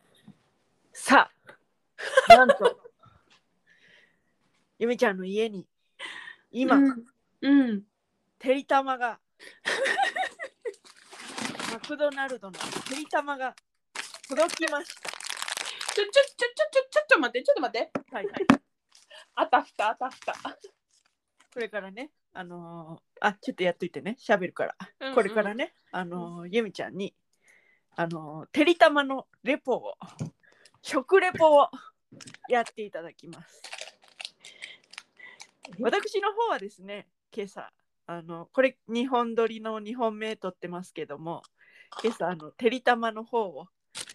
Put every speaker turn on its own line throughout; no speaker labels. なんと、ゆめちゃんの家に、今、
うん、うん、
てりたまが、マクドナルドのてりたまが届きまし
ちょちょちょちょちょちょっと待ってちょっと待って
た。はいはい。
あたふたあたふた、
これからね、あのーあ、ちょっとやっといてね、喋るから。これから
ね
ね、あのーゆみちゃんに、あのーてりたまのレポを、食レポをやっていただきます。私の方はですね、今朝、あのこれ2本撮りの2本目撮ってますけども、今朝、あのてりたまの方を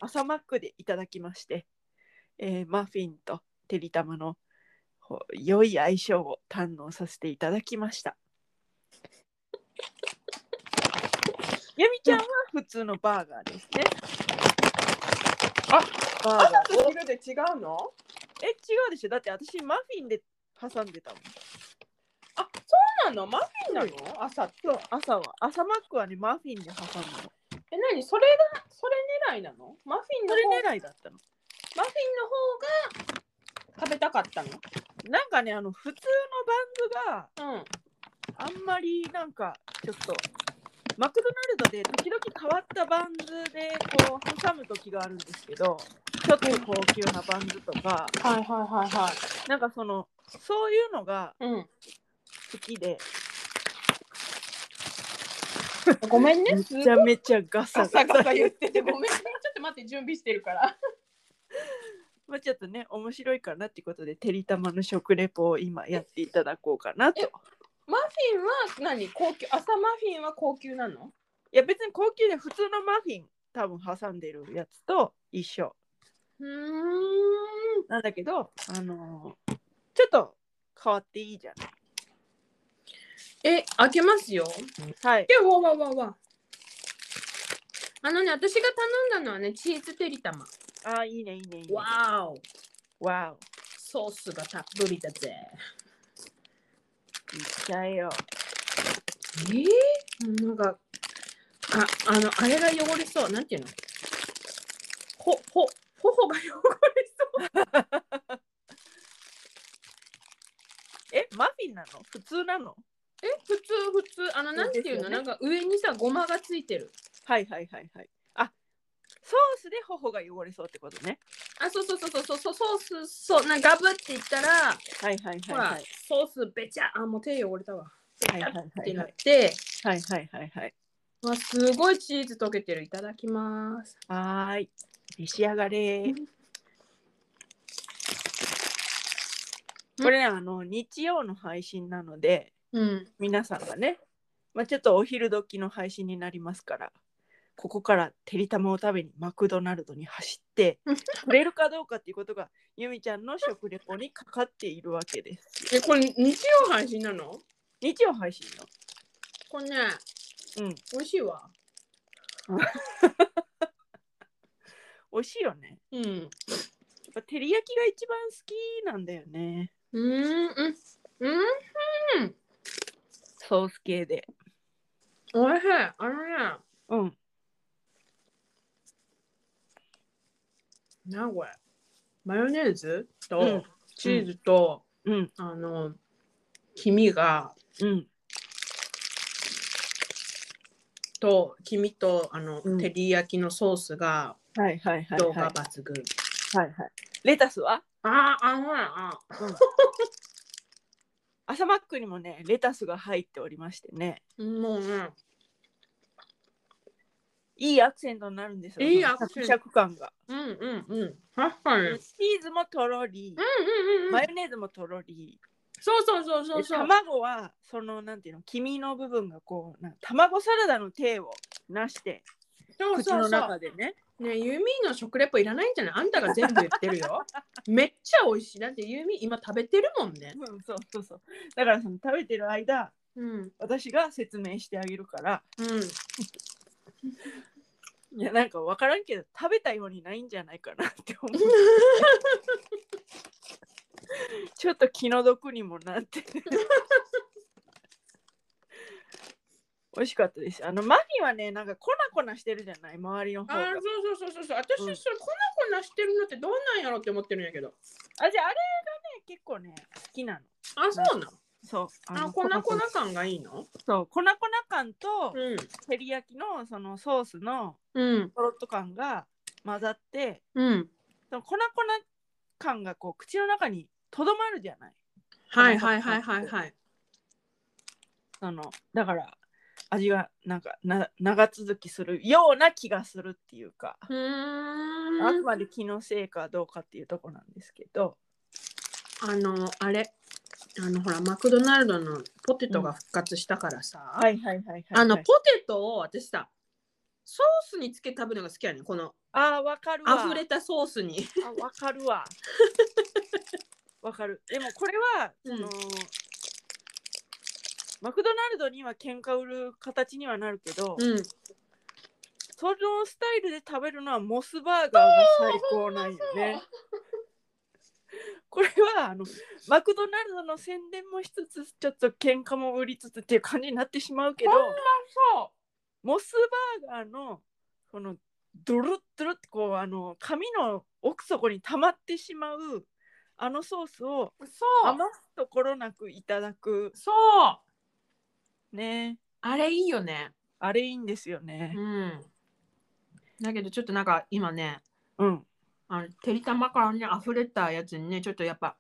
朝マックでいただきまして、えーマフィンとてりたまのほ良い相性を堪能させていただきました。ゆみちゃんは普通のバーガーですね。
あ
バ
あ
ーガー
たと昼で違うの
え、違うでしょだって私マフィンで挟んでたもん。
あそうなのマフィンなの朝って
そう、朝は。朝マックはね、マフィンで挟んだの。
え何それがそれ狙いなのマフィンの
それ
方
狙いだったの。
マフィンの方が食べたかったの
なんかね、あの、普通のバンド
うん
があんまりなんか、ちょっと、マクドナルドで時々変わったバンズでこう挟む時があるんですけど、ちょっと高級なバンズとか、
はいはいはいは
なんかその、そういうのが
いうん
好きで、
ごめんね。
めちゃめちゃガサガ
ガサガ
サ
サ
言
言
っ
ってて
て
て、ごめんね。ちょっと待って、準備してるから。
まあ、ちょっとね、面白いかなってことで、てりたまの食レポを今やっていただこうかなと。い
マフィンは何高級朝マフィンは高級なの
や、別に高級で普通のマフィン、多分挟んでるやつと一緒
うん。
なんだけど、あのーちょっと変わっていいじゃん。
え、開けますよ。
はい。
で、わわわわ。あのね、私が頼んだのはね、チーズてりたま。
あー、いいね、いいね、いいね。
わお。
わ
ソースがたっぷりだぜ。
お、いっちゃえよ。
えー、なんか、あ、あの、あれが汚れそう。なんていうのほ、ほ、頬が汚れそう。
え、マフィンなの普通なの
え普通普通あのなんていう
で
の、
すよね
なんか上にさごまがついてる
はいはいはいはい。あソースで頬が汚れそうってことね。
あそうそうそうそうそうそうソースそうなんかガブっていったら、
はいはい
ほ
はい
ら、
はい。
ソースべちゃあもう手汚れたわ
はいはいは
って
い
な
はい。
って、
はいはいはいはい。
わすごいチーズ溶けてるいただきます
はーい。召し上がれ。これね、あの日曜の配信なので、
うん
皆さんがね、まあ、ちょっとお昼時の配信になりますから、ここからてりたまを食べにマクドナルドに走っ て、くれるかどうかっていうことが、ゆみちゃんの食レポにかかっているわけです。
えこれ日曜配信なの
日曜配信
これね
の。うん。
美味しいわ
美味しいよね。
うん
やっぱ照り焼きが一番好きなんだよね。
うーんうんうん
ソース系で。
おいしいあのね
うん。
なこれマヨネーズと、
うん
チーズと、
うん。
あの黄身が
うん。
と黄身とあの、
うん
照り焼きのソースが
はいはいはい、
動
は
画
い。
抜群。
はいはい。レタスは
あああほらあ
朝マックにもね、レタスが入っておりましてね。
もうね
いいアクセントになるんですよ。
いいアクセント
シャクシャク感が。
うんうんうん確かに。うんうん
チーズもとろり、
うんう
マ
ん
ヨネーズもとろり、
そうそうそうそう
で
そう。
卵はそのなんていうの黄身の部分がこうな卵サラダの手をなして
そう
口
そう
の
そ
中でね
う。ねユミの食レポいらないんじゃないあんたが全部言ってる よ。めっちゃ美味しい。だってユミ今食べてるもんね。
うんそうそうそうだからその食べてる間
うん
私が説明してあげるから
うん。
いやなんか分からんけど食べたようにないんじゃないかなって 思うちょっと気の毒にもなって美味しかったですあのマフィンはねなんか粉々してるじゃない周りの方
ああ
が
そうそうそうそうそう。私、
うん
それ粉々してるのってどうなんやろって思ってるんやけど。
あじゃああれがね結構ね好きなの。
あ、そうなの。
そうあ
あ、
の
粉
粉
粉
々
感がいいの。
そう粉々感と
うん。
照り焼きのそのソースの
うん。
とろっと感が混ざって
うん。
その粉々感がこう口の中にとどまるじゃない。
はいはいはいはいはい。
そのだから味がなんかな長続きするような気がするっていうか、
うーん
あくまで気のせいかどうかっていうとこなんですけど
あの、あれ。あの、ほら、マクドナルドのポテトが復活したからさ。
はいはいはいはい、
あの、
はい
ポテトを私さ。ソースにつけて食べるのが好きやねんこの
あーわかるわ
溢れたソースに。
あわかる わわかるでもこれはその、
うん
マクドナルドには喧嘩売る形にはなるけど、
うん。
そのスタイルで食べるのはモスバーガーが最高なんよ ね。これはあのマクドナルドの宣伝もしつつちょっと喧嘩も売りつつっていう感じになってしまうけど
そ
モスバーガーのこのドゥルッドゥルッてこうあの髪の奥底に溜まってしまうあのソースを
う。そ
余すところなくいただく
そう。
ね
あれいいよね。
あれいいんですよね。
うん。だけどちょっとなんか今ね、
うん、
あのてりたまからね溢れたやつにねちょっとやっぱ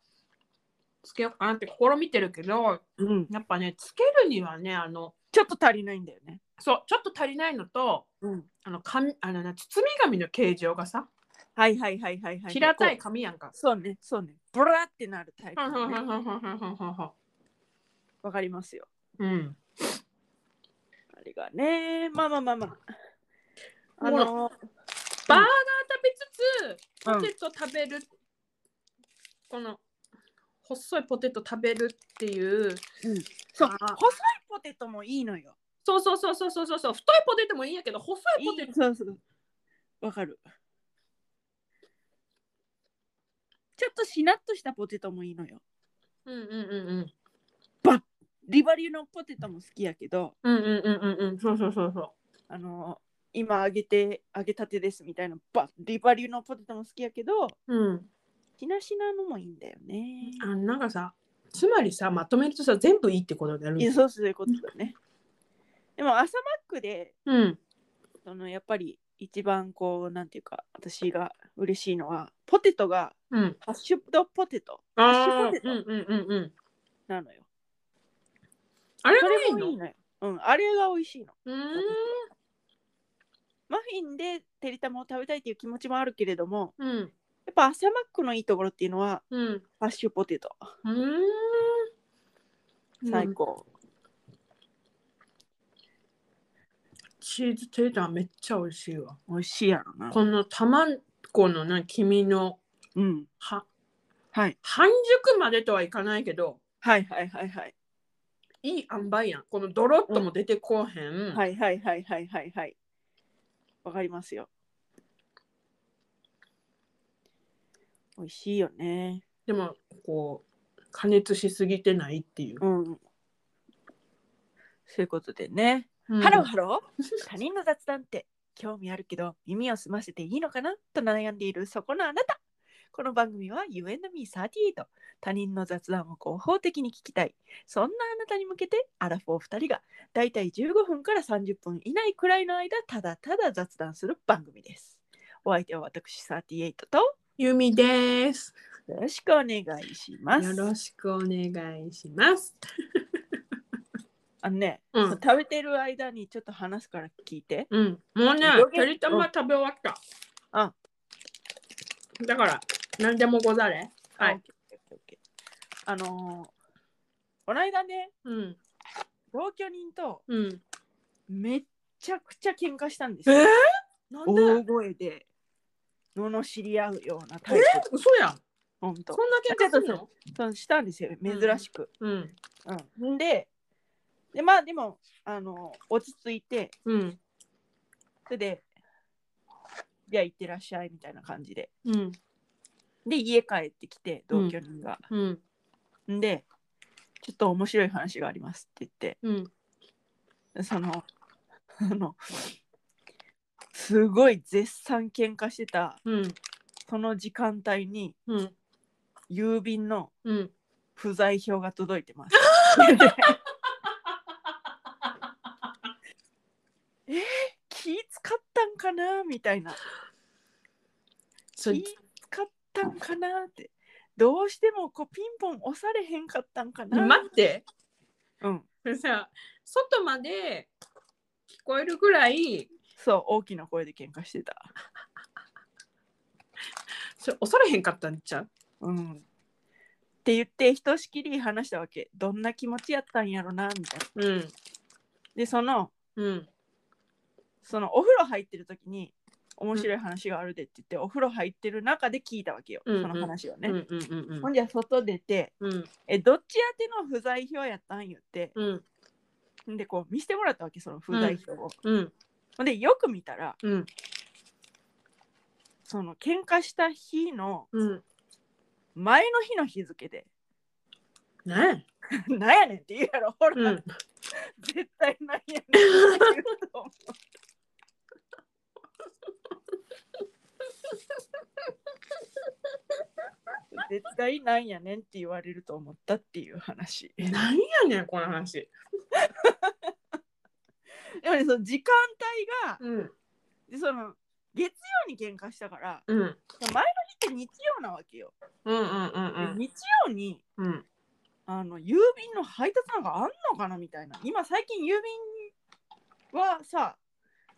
つけようかなって試みてるけど、
うん、
やっぱねつけるにはねあの
ちょっと足りないんだよね。
そうちょっと足りないのと。
うん、
あの紙あのな包み紙の形状がさ
はいはいはいはいはい。
平たい紙やんか。
そうね、そうね。ブラってなるタイプ
ふんふ
の
んふ
ね。
んふんふんふんふんふんふん
わかりますよ。
うん。
あれがね。まあまあまあまあ。あ
ほ
の、
らバーガー食べつつ
うん
ポテト食べる、この細いポテト食べるっていう
そう、
あー
細いポテトもいいのよ。
そうそうそうそうそうそうそう太いポテトもいいんやけど細いポテト
そうそう。わかる。ちょっとしなっとしたポテトもいいのよ。
うんうんうんうん
リバリュのポテトも好きやけど、
うんうんうんうんうんそうそうそうそ
あの、今揚げて、揚げたてですみたいな、バリバリュのポテトも好きやけど、
ううん
しなしなのもいいんだよね。
あなんかさつまりさまとめるとさ全部いいってことになる
い
んだ
やそうそういうことだね。でも朝マックで
うん
そのやっぱり一番こうなんていうか私が嬉しいのはポテトが
うん
ハッシュドポテト
あ
ハッシュ
あ
ポテト
うんうんうんうん
なのよ。
あれ
そ
がい
れ
い
も
の
いいのよ。うん、あれが美味しいの。
うーん
マフィンでてりたまを食べたいっていう気持ちもあるけれども
うん
やっぱ朝マックのいいところっていうのは
うん
ハッシュポテト
うーん
最高。
チーズテーターめっちゃ美味しいわ
美味しいやろな。
この卵のな黄身の
うん。
は
はい。
半熟までとはいかないけど
はいはいはいはい。
いい塩梅やんこのドロッとも出てこうへん、
はいはいはいはいはいはい。わかりますよ。美味しいよね。
でもこう加熱しすぎてないっていう
う。ん。そういうことでね。
うん
ハロー ハロー。他人の雑談って興味あるけど耳を澄ませていいのかなと悩んでいるそこのあなた。この番組は You and me38 他人の雑談を合法的に聞きたいそんなあなたに向けてアラフォー2人がだいたい15分から30分以内くらいの間ただただ雑談する番組ですお相手は私38とよ
ゆみです。
ろしくお願いします
よろしくお願いします。
あのね、
うん
食べてる間にちょっと話すから聞いて
うん、もうね
よ、け
てりたま食べ終わった。
あ
だから、何でもござれ。は
あ
い。
オッケーオッケーオッケーあのーこの間ね
うん。
同居人と
うん。
めっちゃくちゃ喧嘩したんです
え
よ、
ー、なんで
大声で罵り合うようなタイプで
嘘やん。
ほんと
そんな喧嘩す
あ
る
ちょ
の
そうしたんですよ珍しく、
うん。
うんででまあでもあの落ち着いて
うん。
それで「じゃあ行ってらっしゃい」みたいな感じで
うん。
で家帰ってきて同居人が、
うん。
ん、で「ちょっと面白い話があります」って言って
うん。
そのあのすごい絶賛喧嘩してた
うん。
その時間帯に
うん。
郵便の
うん。
不在票が届いてます。 えー、気使ったんかなみたいな。
それ
気使ったんかなって。どうしてもこうピンポン押されへんかったんかな。
待って。
うん。
それさ、外まで聞こえるぐらい、
そう、大きな声で喧嘩してた。
それ恐れへんかったんちゃう
うん。って言って、ひとしきり話したわけ。どんな気持ちやったんやろな、みたいな。
うん。
で、その、
うん。
そのお風呂入ってる時に面白い話があるでって言って、お風呂入ってる中で聞いたわけよ、
うんうん
その話をね、
うんうんうん
ほんじゃ外出て
うん。うん
「えどっち宛ての不在票やったん?」言って
うん
んでこう見せてもらったわけその不在票を、
うん
ほんでよく見たら
うん
その喧嘩した日の
うん。
前の日の日付で
ね
「なんやねん」って言うやろほ
え。
ら、
うん。
絶対なんやねんって言うと思う絶対なんやねんって言われると思ったっていう話で
なんやねん、この話。
もねその時間帯が
うん。
でその月曜に喧嘩したから
うん。
前の日って日曜なわけよ、
うんうんうん
で日曜に
うん。うん。
あの郵便の配達なんかあんのかなみたいな今最近郵便はさ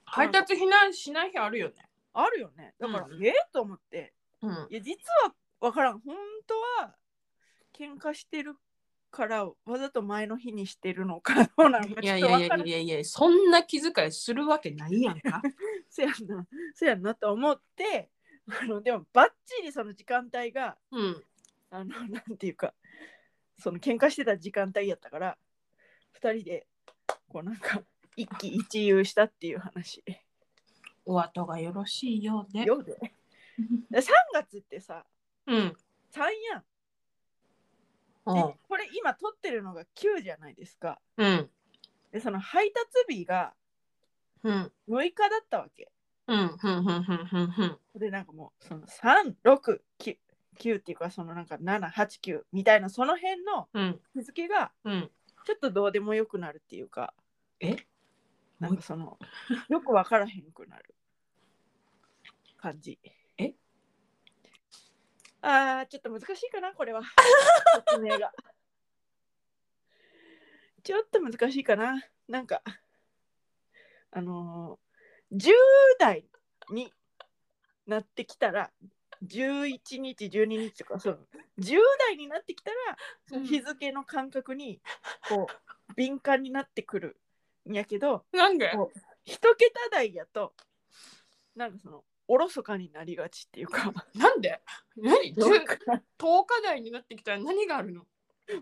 配達避難しない日あるよね。
あるよねだから、
うん
ええと思って
うん。
いや実は分からん本当は喧嘩してるからわざと前の日にしてるのかどうなのか
い
ちょ
や
っ
い
と
やい
分から
や
ん
いやいや、そんな気遣いするわけないやんか。
せやなせやなと思ってあのでもバッチリその時間帯が
うん。
あの なんていうかその喧嘩してた時間帯やったから2人でこうなんか一喜一憂したっていう話
お後がよろしいようで。
ようで3月ってさ
うん。
3やん
う
で
ん。
これ今撮ってるのが9じゃないですか
うん。
でその配達日が
うん。
6日だったわけ。
うん。うん。うん。うん。うん。
でなんかもうその369っていうかそのなんか789みたいなその辺の
うん。
日付が
うん。
ちょっとどうでもよくなるっていうか
え
なんかそのよくわからへんくなる感じ。
え
あーちょっと難しいかなこ れは説明が。ちょっと難しいかななんかあのー、10代になってきたら11日12日とかその10代になってきたら
うん
日付の感覚にこう敏感になってくるんやけど
なんで
こう一桁台やとなんかそのおろそかになりがちっていうか
なんで何 ?10
わからん
日台になってきたら何があるの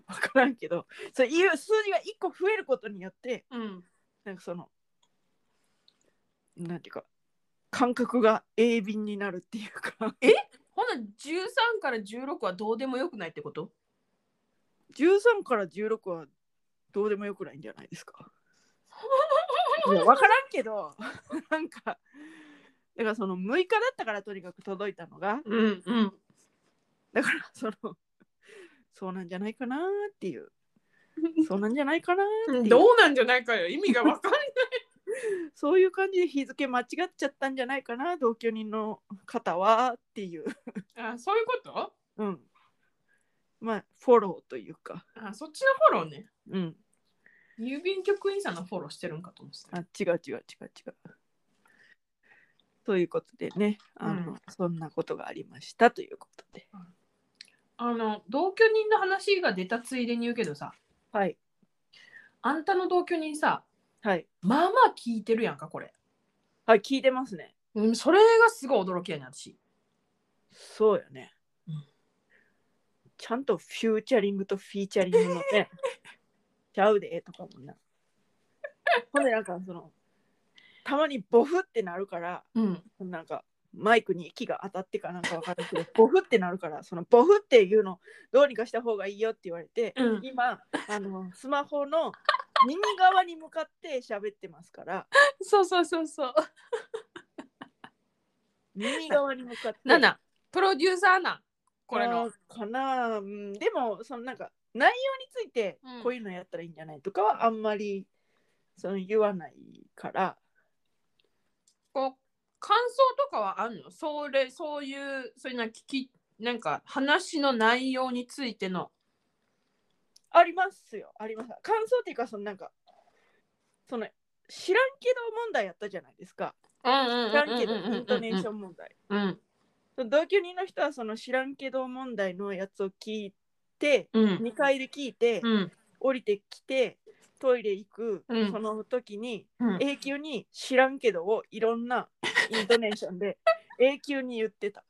わからんけど そういう数字が1個増えることによって
うん。
なんかそのなんていうか感覚が鋭敏になるっていうか
えほな13から16はどうでもよくないってこと
13から16はどうでもよくないんじゃないですか。いや分からんけどなんかだからその6日だったからとにかく届いたのが
うんうん。
だからそのそうなんじゃないかなーって いうそうなんじゃないかなーってい
ど
う
うなんじゃないかよ。意味がわかんない。
そういう感じで日付間違っちゃったんじゃないかな同居人の方はっていう、
あそういうこと
うん、まあフォローというか、
あそっちのフォローね。
うん、
郵便局員さんのフォローしてるんかと思って
あ
た。
違う違う違う違う。ということでねあの、
うん
そんなことがありましたということで。
あの、同居人の話が出たついでに言うけどさ、
はい
あんたの同居人さ、
はい
まあまあ聞いてるやんか、これ。
はい聞いてますね。
うん、それがすごい驚きやねん、私。
そうよね。
うん
ちゃんとフューチャリングとフィーチャリン グのねちゃうでとかもな。ほんでなんかそのたまにボフってなるから
うん。
なんかマイクに息が当たってかなんかわかるけ どボフってなるからそのボフっていうのどうにかした方がいいよって言われて、
うん
今あのスマホの右側に向かって喋ってますから
そうそうそうそう。
右側に向かって
なな、プロデューサーなん。これの。
かな、うん、でもそのなんか内容について
うん
こういうのやったらいいんじゃないとかはあんまりその言わないから
こう感想とかはあんのそれそういうそういうな聞きなんか話の内容についての
ありますよあります感想っていうかそのなんかその知らんけど問題やったじゃないですか
うんうん
知らんけどイントネーショ
ン
ン問題
うん
その同居人の人はその知らんけど問題のやつを聞いて
うん
2階で聞いて
うん
降りてきてトイレ行く、
うん
その時に
うん
永久に知らんけどをいろんなイントネーションで永久に言 ってた。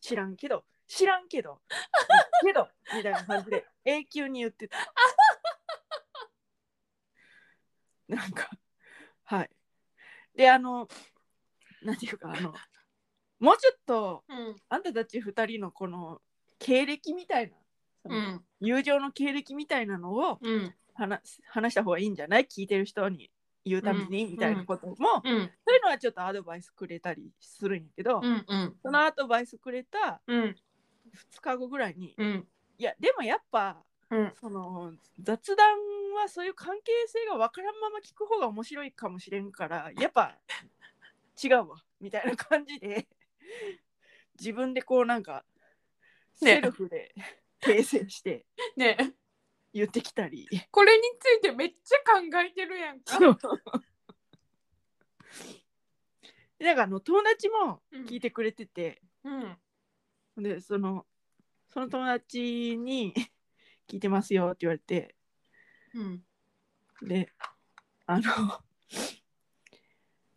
知らんけど、知らんけど、けどみたいな感じで永久に言って た。なんか、はい。で、あの、なんていうか、あの、もうちょっと
うん
あんたたち二人のこの経歴みたいな、その
うん
友情の経歴みたいなのを
うん
話す話した方がいいんじゃない聞いてる人に言うために
うん
みたいなことも、
うん
そういうのはちょっとアドバイスくれたりするんやけど、
うんうん
そのアドバイスくれた
うん
2日後ぐらいに、
うん
いやでもやっぱ
うん
その雑談はそういう関係性が分からんまま聞く方が面白いかもしれんからやっぱ違うわみたいな感じで 自分でこうなんか
ね
セルフで訂正して
ねえ
言ってきたり。
これについてめっちゃ考えてるやんか
そう。 でなんかあの友達も
うん
聞いてくれてて、
うん
でそのその友達に 聞いてますよって言われて
うん
であの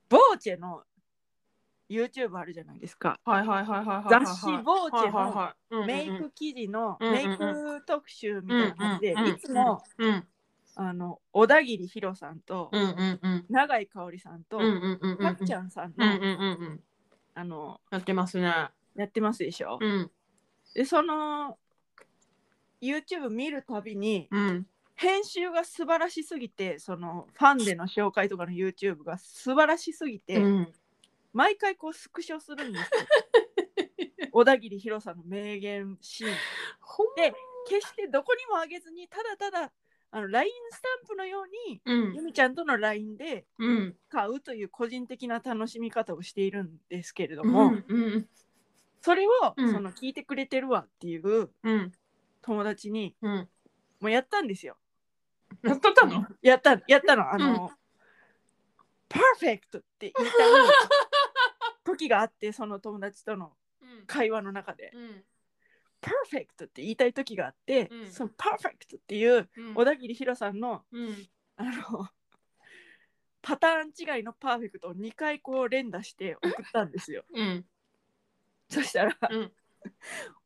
ボーチェの YouTube あるじゃないですか
はいはいはいはいはいはい
雑誌ボーチェの
の
メイク記事の
うんうん
メイク特集みたいな感じで
うんうんうん
いつも
うん
あの小田切ヒロさんと
うんうんうん
永井香織さんと
うんうんうん
かっち
ん
ゃんさん
うんう
の
んうんうん
あの
やってますね
やってますでしょ、
うん
でその YouTube 見るたびに
うん
編集が素晴らしすぎてそのファンでの紹介とかの YouTube が素晴らしすぎて、
うん
毎回こうスクショするんですよ 小田切ヒさんの名言シーン
ほん
で決してどこにもあげずにただただあの LINE スタンプのように、
うん
ゆみちゃんとの LINE で
うん
買うという個人的な楽しみ方をしているんですけれども、
うんうん
それを、
うん
その聞いてくれてるわっていう
うん
友達に
うん
もうやったんですよ。
やっとったの
やったやったのあの、パーフェクトって言いたい時があってその友達との
うん
会話の中で
うん
パーフェクトって言いたい時があって、
うん
そのパーフェクトっていう
うん
小田切ヒロさんの
うん
あのパターン違いのパーフェクトを2回こう連打して送ったんですよ。
うん
そしたら、
うん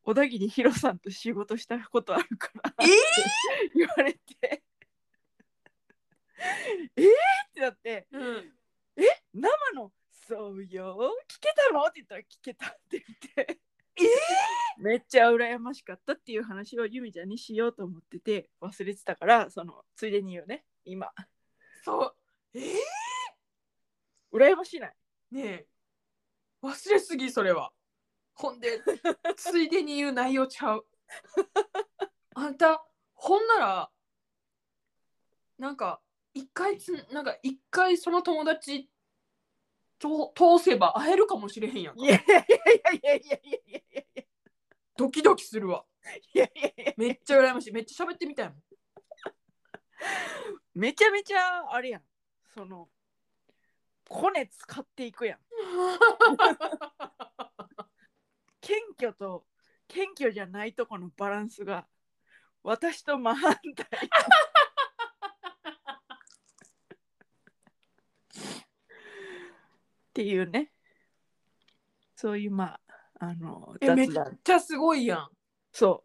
小田切ヒロさんと仕事したことあるから
えー
って言われてえーってなって
うん
生の「そうよ聞けたの?」って言ったら「聞けた」って言って
え
めっちゃ羨ましかったっていう話をゆみちゃんにしようと思ってて忘れてたからそのついでに言うね今
そうえー
羨ましない
ねえ忘れすぎそれはほん でついでに言う内容ちゃうあんたほんならなんか一回つなんか一回その友達と通せば会えるかもしれへんやんか
いやいやいやいやいやいやいやいや
ドキドキするわ
いやいやいや
めっちゃ羨ましいめっちゃ喋ってみたいもん
めちゃめちゃあれやんそのコネ使っていくやん謙虚と謙虚じゃないとこのバランスが私と真反対っていうねそういうまああの
えめっ
雑
ち
談
ゃすごいやん
そ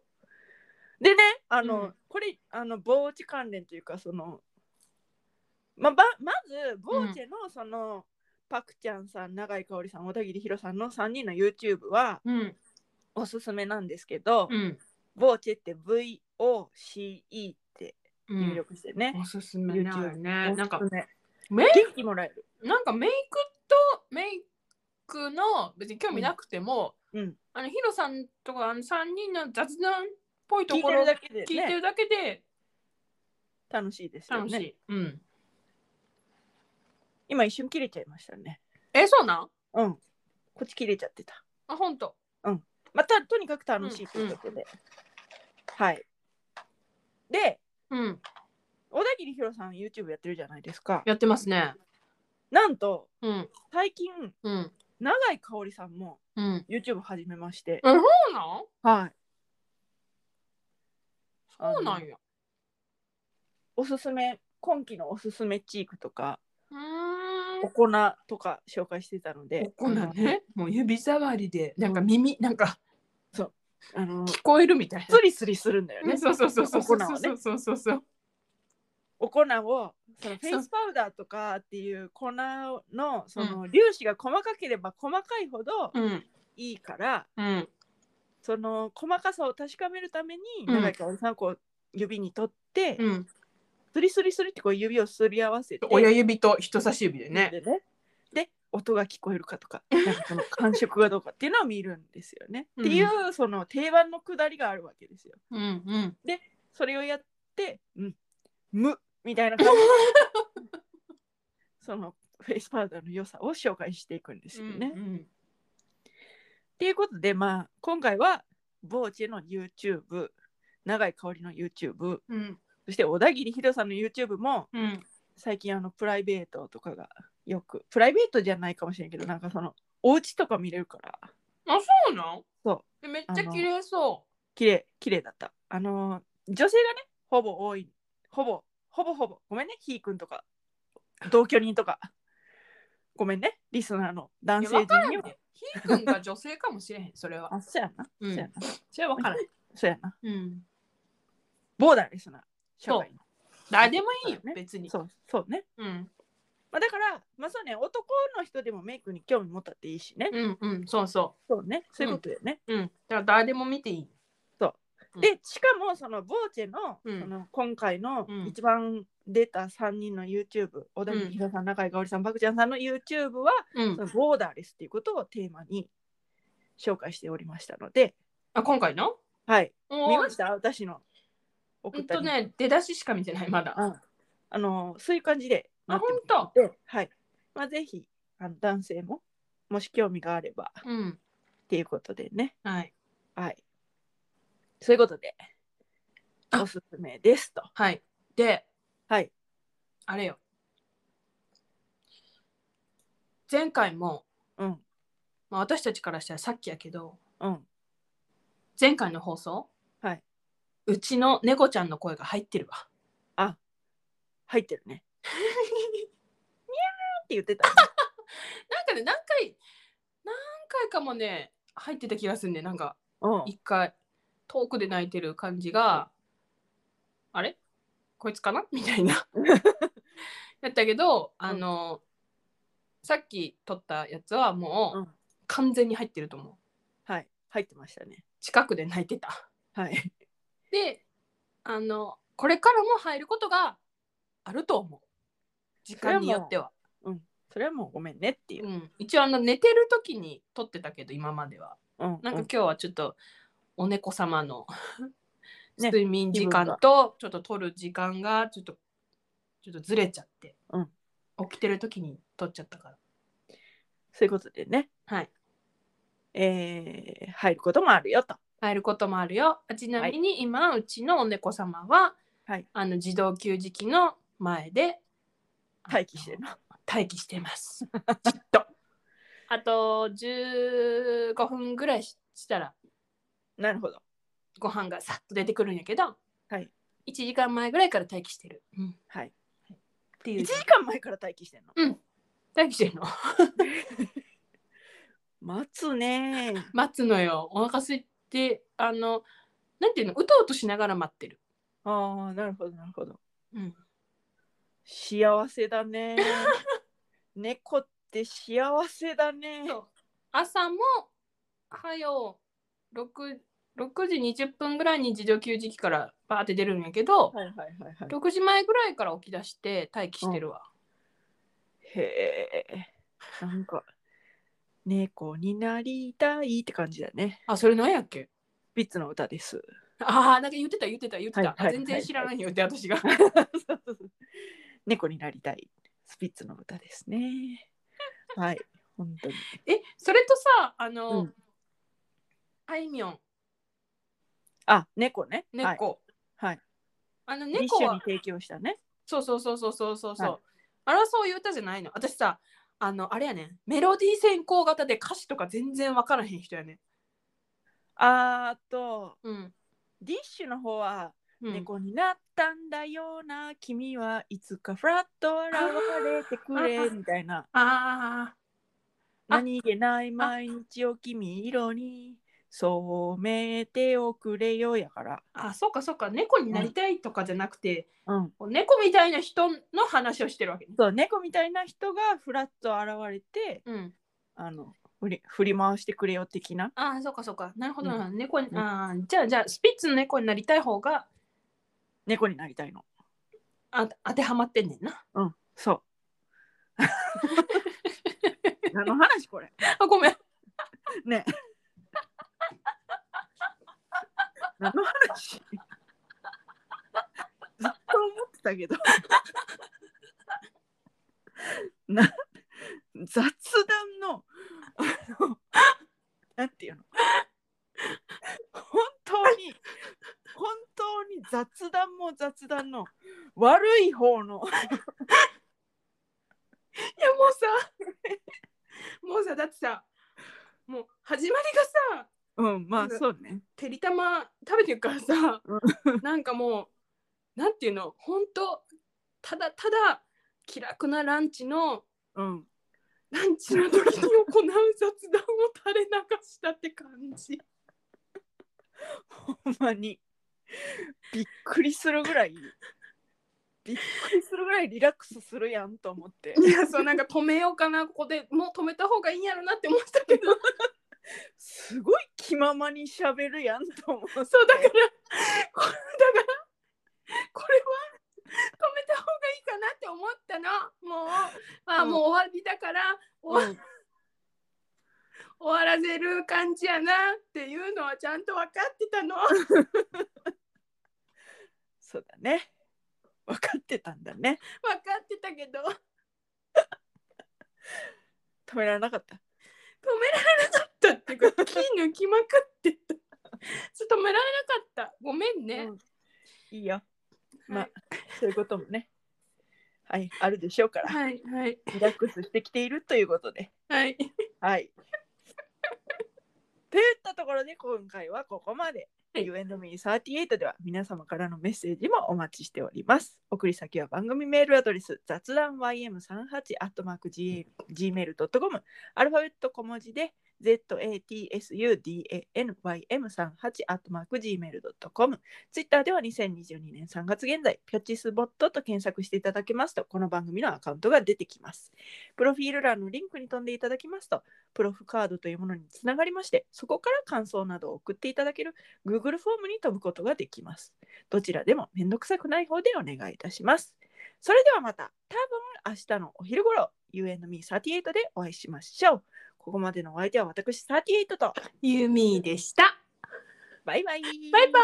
うでねあの、
うん
これあの防治関連というかそのまばまずボーチェのその、パクちゃんさん永井香織さん小田切ヒロさんの3人の YouTube は
うん
おすすめなんですけど、
うん
ボーチェって VOCE って
う
入
ん
力してね。
おすすめだよ
YouTube
ねなんか
おすすめ
メイ
元気もらえる。
なんかメイクとメイクの別に興味なくても、
うん
あのヒロさんとかあの3人の雑談っぽいと
聞い
こ
て
ろ
るだけで、
聞いて
ね、
るだけで
楽しいですよ
楽しい、
ね。
うん
今一瞬切れちゃいましたね。
えそうなん
うん。こっち切れちゃってた。
あ本当
またとにかく楽しいということで。はい。で、
うん
小田切ヒロさん YouTube やってるじゃないですか。
やってますね
なんと、
うん
最近、
うん
永井香織さんも
うん、
YouTube 始めまして。
そうなん
はい。
そうなんや。
おすすめ、今期のおすすめチークとか、
うー
お
ん。
粉とか紹介してたので、
こんなんね、もう指触りで、なんか耳、なんか
あの、
聞こえるみたい
スリスリするんだよ
な。
ね。
ね、そうそうそうそうそ
お
う
粉をね
そうそうそう。
お粉をそのフ
そ
ェ
う
イスパウダーとかっていう粉のその粒子が細かければ細かいほど
うん
いいから、
うん
その細かさを確かめるために
うん
長井かおりさんはこう指に取って、
うん。
スリスリスリってこう指をすり合わせて
親指と人差し指でね。
でねで音が聞こえるかと かなんかその感触がどうかっていうのを見るんですよね。
うん
っていうその定番のくだりがあるわけですよ。
うんうん。
それをやって、うん、無みたいな感じでそのフェイスパウダーの良さを紹介していくんですよね。
う
っ
ん
ていうことで、まあ、今回はボーチェの YouTube 永井香織の YouTube
うん
そして小田切ヒロさんの YouTube も
うん
最近あのプライベートとかがよくプライベートじゃないかもしれんけどなんかそのお家とか見れるから
あ、そうなん。
そう
めっちゃ綺麗そ
綺麗綺麗だった。あのー女性がねほぼ多いほぼほぼほぼごめんねひーくんとか同居人とかごめんねリスナーの
う。
男性
いや、わから
陣
ん
に
で
も。
ひーくんが女性かもしれへん、それ は。
あそうやな、
う
そうや
ん。
な
それはわからん。
そうやな
うん。
ボーダーレスな社会
誰でもいいよ
そうだ、ね
別に。
そうそうね、
うん。
まあ、だからまあそうね男の人でもメイクに興味持ったっていいしね、
うんうん、そうそ
そうねそういうことよね、
う。うん。だから誰でも見ていい。うん
でしかもそのボーチェの,、
うん
その今回の
うん
一番出た3人の YouTube、小田切平さん中井香織さん漠ちゃんさんの YouTube は
うん
そ。のボーダーレスということをテーマに紹介しておりましたので、
あ、今回の
はい、
おー
見ました私の
う
送っ
ん
た
と
リンク
ね、出だししか見てない、まだ。
うんあのそういう感じでな
あ、
っ
ほ
て
んと。
ますので、はいまあ、ぜひあの男性ももし興味があればっ
うん。
ていうことでね、
はい。
はい、そういうことで
あ
おすすめですと。
はい。で、
はい、
あれよ。前回も、
うん、
まあ、私たちからしたらさっきやけど、
うん、
前回の放送、
はいう
ちの猫ちゃんの声が入ってるわ。
入ってる ね。にゃーって言ってた、ね。
なんかね、何回、何回かもね、入ってた気がするね。なんか、
うん
一回、遠くで泣いてる感じが、あれこいつかなみた いな。やったけど、あの、さっき撮ったやつはもう、
うん
完全に入ってると思う。
はい、入ってましたね。
近くで泣いてた。
はい、
であのこれからも入ることがあると思う時間によっては。
それはもうごめんねっていう。
うん、一応あの寝てる時に撮ってたけど今までは。
うん、
なん
う
か今日はちょっとお猫様 の
ね
睡眠時間とちょっと撮る時間がちょっとちょっとずれちゃって、
うん
起きてる時に撮っちゃったから。
そういうことでね、
はい
えー入ることもあるよと。
入ることもあるよ。あちなみに今、うちのお猫様は、
はい
あの自動給餌器の前で
待機してるの。
待機して ます。じっと。あと15分ぐらいしたら
なるほど。
ご飯がさっと出てくるんやけど、
はい
1時間前ぐらいから待機してる。うん、っ
はい。
てい
1
う
時。間前から待機してるの。
待機してるの
待つ ねー。
待つのよ。お腹空いて、あの、なんていうの、うとうとしながら待ってる。
ああ、なるほど、なるほど。
うん、
幸せだ ねー。猫って幸せだねー。
そう朝も、はよ、6、6時20分ぐらいに自動給餌器からバーって出るんやけど、
はいはいはいはい。
6時前ぐらいから起き出して待機してるわ。
へえ。なんか、猫になりたいって感じだね。
あ、それ何やっけ
ビッツの歌です。
ああ、なんか言ってた言ってた言って
はいは
た。
いはい
あ全然知らないよって 私が。
猫になりたい。スピッツの歌ですね。はい、本当に。
え、それとさ、あの、
うん
あいみょん、
あ、猫ね。はい。
猫。
はい。
あの
一
猫
緒に
は、
提供したね。
そうそうそうそうそうそうそう。
はい
あらそういう歌じゃないの。私さ、あの、あれやねん、メロディー先行型で歌詞とか全然わからへん人やねん。
あーと、
うん。
ディッシュの方は、
うん、
猫になったんだよな、君はいつかフラット現れてくれ
あ
みたいな。
ああ、あ
何気ない毎日を君色に染めておくれよやから。
あ、そうかそうか。猫になりたいとかじゃなくて、
うん。
猫みたいな人の話をしてるわけね。
そう、猫みたいな人がフラッと現れて、
うん。
あの、振り振り回してくれよ的な。
ああ、そうかそうか。なるほど
う
な。猫に、
うん
ああ、じゃあじゃあ、スピッツの猫になりたい方が
猫になりたいの。
あ当てはまってんねんな。
うん、そう。 何の話これ。
あ、ごめん。
ねえ。何の話ずっと思ってたけど。 な雑談の あのなんていうの本当に本当に雑談も雑談の悪い方の
いやもうさ もうさだってさもう始まりがさ
うんまあそうね
てりたま食べてるからさ
う
なんかもうなんていうのほんとただただ気楽なランチの
うん
ランチの時に行う雑談を垂れ流したって感じ
ほんまにびっくりするぐらいびっくりするぐらいリラックスするやんと思って
いやそうなんか止めようかなここでもう止めた方がいいんやろなって思ったけ ど
すごい気ままにしゃべるやんと思って
そうだからこだからこれは止めた方がいいかなって思ったのもうあ
うん
もう終わりだから終わ,、
うん
終わらせる感じやなっていうのはちゃんと分かってた の
そうだね分かってたんだね
分かってたけど止
止められなかった
められなかったっていうか気抜きまくってたそう止められなかったごめんね、
うんいいよま
は
あ
い
そういうこともねはいあるでしょうから
はいはい
リラックスしてきているということで
はい
はいといったところで今回はここまで
はい
You and me38 では皆様からのメッセージもお待ちしております。送り先は番組メールアドレス雑談 ym38-gmail.com アルファベット小文字で zatsudanym38-gmail.com ツイッターでは2022年3月現在ピョチスボットと検索していただけますとこの番組のアカウントが出てきます。プロフィール欄のリンクに飛んでいただきますとプロフカードというものにつながりましてそこから感想などを送っていただける Google フォームに飛ぶことができます。どちらでもめんどくさくない方でお願いいたします。それではまた多分明日のお昼頃 You and me38 でお会いしましょう。ここまでのお相手は私38と
ユミでした
バイバイ
バイバ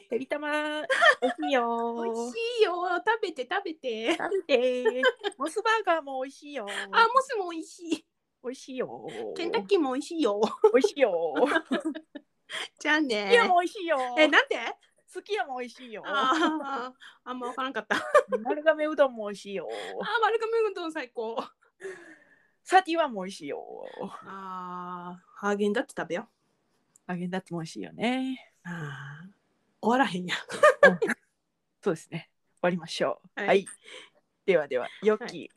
ーイ
てりたまー おいしいよ
美味
ー
しいよ食べて食べて
食べてーモスバーガーもおいしいよー
あモスも美味しい
おいしいよー
ケンタッキーも美味しいよ。
おいしいよー
じゃあ
すき家
ね。
もおいしいよ
え、
ー
なんで
すき家もおいしいよー
あーあんま分からんかった。 あー、
丸亀うどんも美味しいよ。
丸亀うどん最高。
サティワンも美味しいよ。
あー、ハーゲンダッツ食べよ
アゲンダッツも美味しいよね。
う。あー終わらへんや。
そうですね。終わりましょう。
は
はいい。ではでは、良き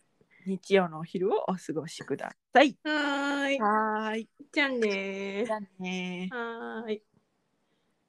日曜のお昼をお過ごしください。
はーい。
はーい。
じゃあね
じゃあねー
はーい。